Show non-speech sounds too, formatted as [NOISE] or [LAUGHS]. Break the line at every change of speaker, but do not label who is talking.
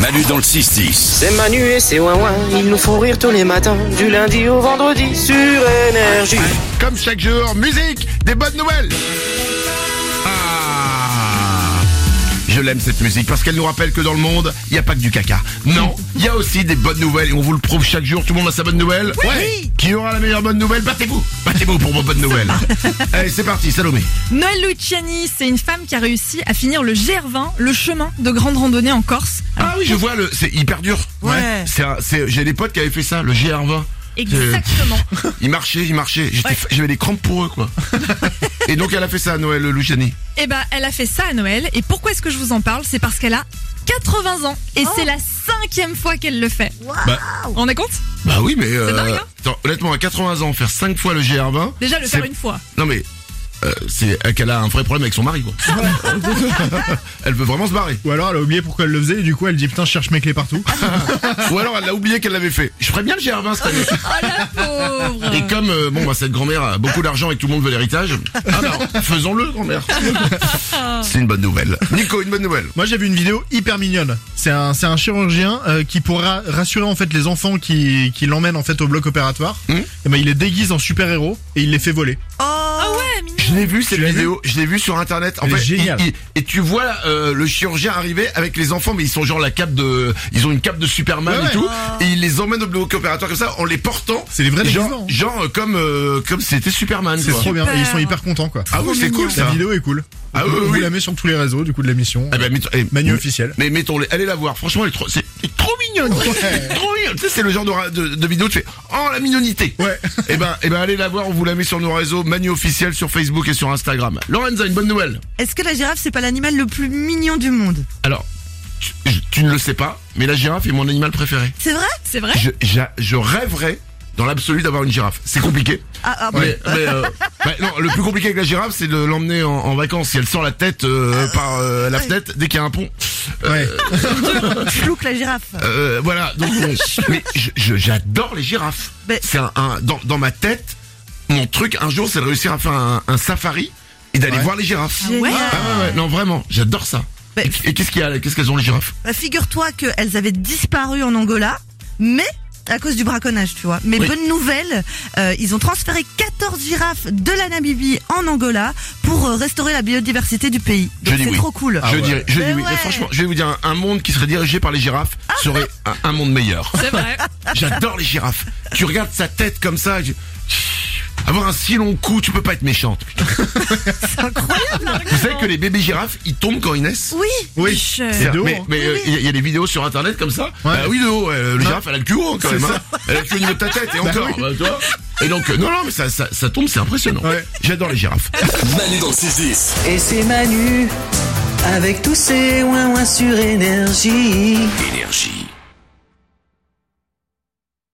Manu dans le 6-10.
C'est Manu et c'est Ouin ils nous font rire tous les matins, du lundi au vendredi sur énergie.
Comme chaque jour, musique, des bonnes nouvelles. Ah, je l'aime cette musique parce qu'elle nous rappelle que dans le monde, il n'y a pas que du caca. Non, il y a aussi des bonnes nouvelles et on vous le prouve chaque jour. Tout le monde a sa bonne nouvelle. ouais. Qui aura la meilleure bonne nouvelle Battez-vous. Battez-vous pour vos bonnes nouvelles. [LAUGHS] Allez, c'est parti, Salomé.
Noël Luciani, c'est une femme qui a réussi à finir le GR20, le chemin de grande randonnée en Corse. Alors,
Ah oui, je vois le, c'est hyper dur.
Ouais.
C'est un- c'est- j'ai des potes qui avaient fait ça, le GR20.
Exactement.
Euh.
Ils marchaient, ils marchaient. J'étais
Ouais.
fa- J'avais des crampes pour eux, [LAUGHS] quoi. et donc elle a fait ça, Noël Luciani.
Eh ben, elle a fait ça à Noël. Et pourquoi est-ce que je vous en parle C'est parce qu'elle a 80 ans et
Oh.
c'est la cinquième fois qu'elle le fait.
Bah,
On en est compte
Bah oui, mais euh,
dingue, hein
attends, honnêtement, à 80 ans, faire 5 fois le GR20.
Déjà le faire
c'est-
une fois.
Non mais euh, c'est euh, qu'elle a un vrai problème avec son mari, quoi.
Ah
[LAUGHS] elle veut vraiment se barrer.
Ou alors elle a oublié pourquoi elle le faisait et du coup elle dit putain je cherche mes clés partout.
Ah. Ou alors elle a oublié qu'elle l'avait fait. Je ferais bien le GR20 cette année.
Oh la pauvre
Et comme euh, bon bah cette grand-mère a beaucoup d'argent et que tout le monde veut l'héritage, ah bah, faisons-le grand-mère.
Ah.
C'est une bonne nouvelle. Nico, une bonne nouvelle.
Moi j'ai vu une vidéo hyper mignonne. C'est un c'est un chirurgien euh, qui pourra rassurer en fait les enfants qui qui l'emmènent en fait au bloc opératoire.
Hmm.
Et ben il les déguise en super héros et il les fait voler.
[LAUGHS] Ah
Oh.
ouais, mignon.
Je l'ai vu cette
Tu l'as vu
vidéo, je l'ai vu sur internet. En
Elle est
fait, il-
géniale.
il- et tu vois euh, le chirurgien arriver avec les enfants, mais ils sont genre la cape de, ils ont une cape de Superman
Ouais,
et
ouais.
tout, et il les emmène au bloc opératoire comme ça en les portant.
C'est les vrais
Genre,
déguisements. hein.
genre euh, comme euh, comme c'était Superman.
C'est
quoi.
trop bien. Et ils
Super.
sont hyper contents quoi.
Ah oui, c'est cool
La
ça.
vidéo est cool.
Ah
On
oui, oui,
vous
oui.
la met sur tous les réseaux du coup de l'émission.
Eh ben, mettons- eh,
Manu
mais-
officiel.
Mais mettons les, allez la voir. Franchement, elle est trop, c'est elle est trop mignonne. [LAUGHS] trop mignonne. Tu sais, c'est le genre de, ra- de, de vidéo où tu fais, oh la mignonité.
Ouais. [LAUGHS]
Eh ben, eh ben, allez la voir. On vous la met sur nos réseaux, Manu officiel sur Facebook et sur Instagram. Lorenza, une bonne nouvelle.
Est-ce que la girafe, c'est pas l'animal le plus mignon du monde
Alors, tu, je- tu ne le sais pas, mais la girafe est mon animal préféré.
C'est vrai
C'est vrai
Je, j'a- je rêverais, dans l'absolu, d'avoir une girafe. C'est compliqué.
Ah, ah, bon.
Mais, mais, euh, bah, non, le plus compliqué avec la girafe, c'est de l'emmener en, en vacances. Si elle sort la tête euh,
Ah.
par euh, la fenêtre dès qu'il y a un pont.
Ouais.
[LAUGHS] Chlouk, la girafe.
Euh, voilà. Donc, bon. mais je- je- j'adore les girafes.
Ah, Mais-
C'est un, un- dans, dans ma tête, mon truc un jour, c'est de réussir à faire un, un safari et d'aller
Ouais.
voir les girafes.
Génial.
Ah ouais, ouais, non vraiment, j'adore ça.
Mais-
Et, et qu'est-ce qu'il y a, qu'est-ce qu'elles ont les girafes
Bah, Figure-toi qu'elles avaient disparu en Angola, mais à cause du braconnage, tu vois. Mais
Oui.
bonne nouvelle, euh, ils ont transféré 14 girafes de la Namibie en Angola pour euh, restaurer la biodiversité du pays.
Je
Donc
dis
c'est
oui.
trop cool.
Ah
je
ouais.
dirais, je dis
Mais
oui. Mais
ouais.
franchement, je vais vous dire, un, un monde qui serait dirigé par les girafes serait un, un monde meilleur.
C'est vrai.
[LAUGHS] J'adore les girafes. Tu regardes sa tête comme ça. et tu- Avoir un si long cou, tu peux pas être méchante. putain.
C'est incroyable.
Vous savez que les bébés girafes, ils tombent quand ils naissent.
Oui.
Oui.
Je-
C'est de haut,
mais
hein.
mais, euh, il y, a- il y a des vidéos sur internet comme ça.
Ouais.
Bah oui, de haut. euh, le girafe, elle a le cul haut quand
C'est
même. hein. Elle a le cul au niveau de ta tête et encore.
oui.
bah, tu vois. et donc, euh, non, non, mais ça, ça, ça tombe, c'est impressionnant.
Ouais.
J'adore les girafes.
Manu dans le 6-10.
Et c'est Manu avec tous ses ouin sur énergie.
Énergie.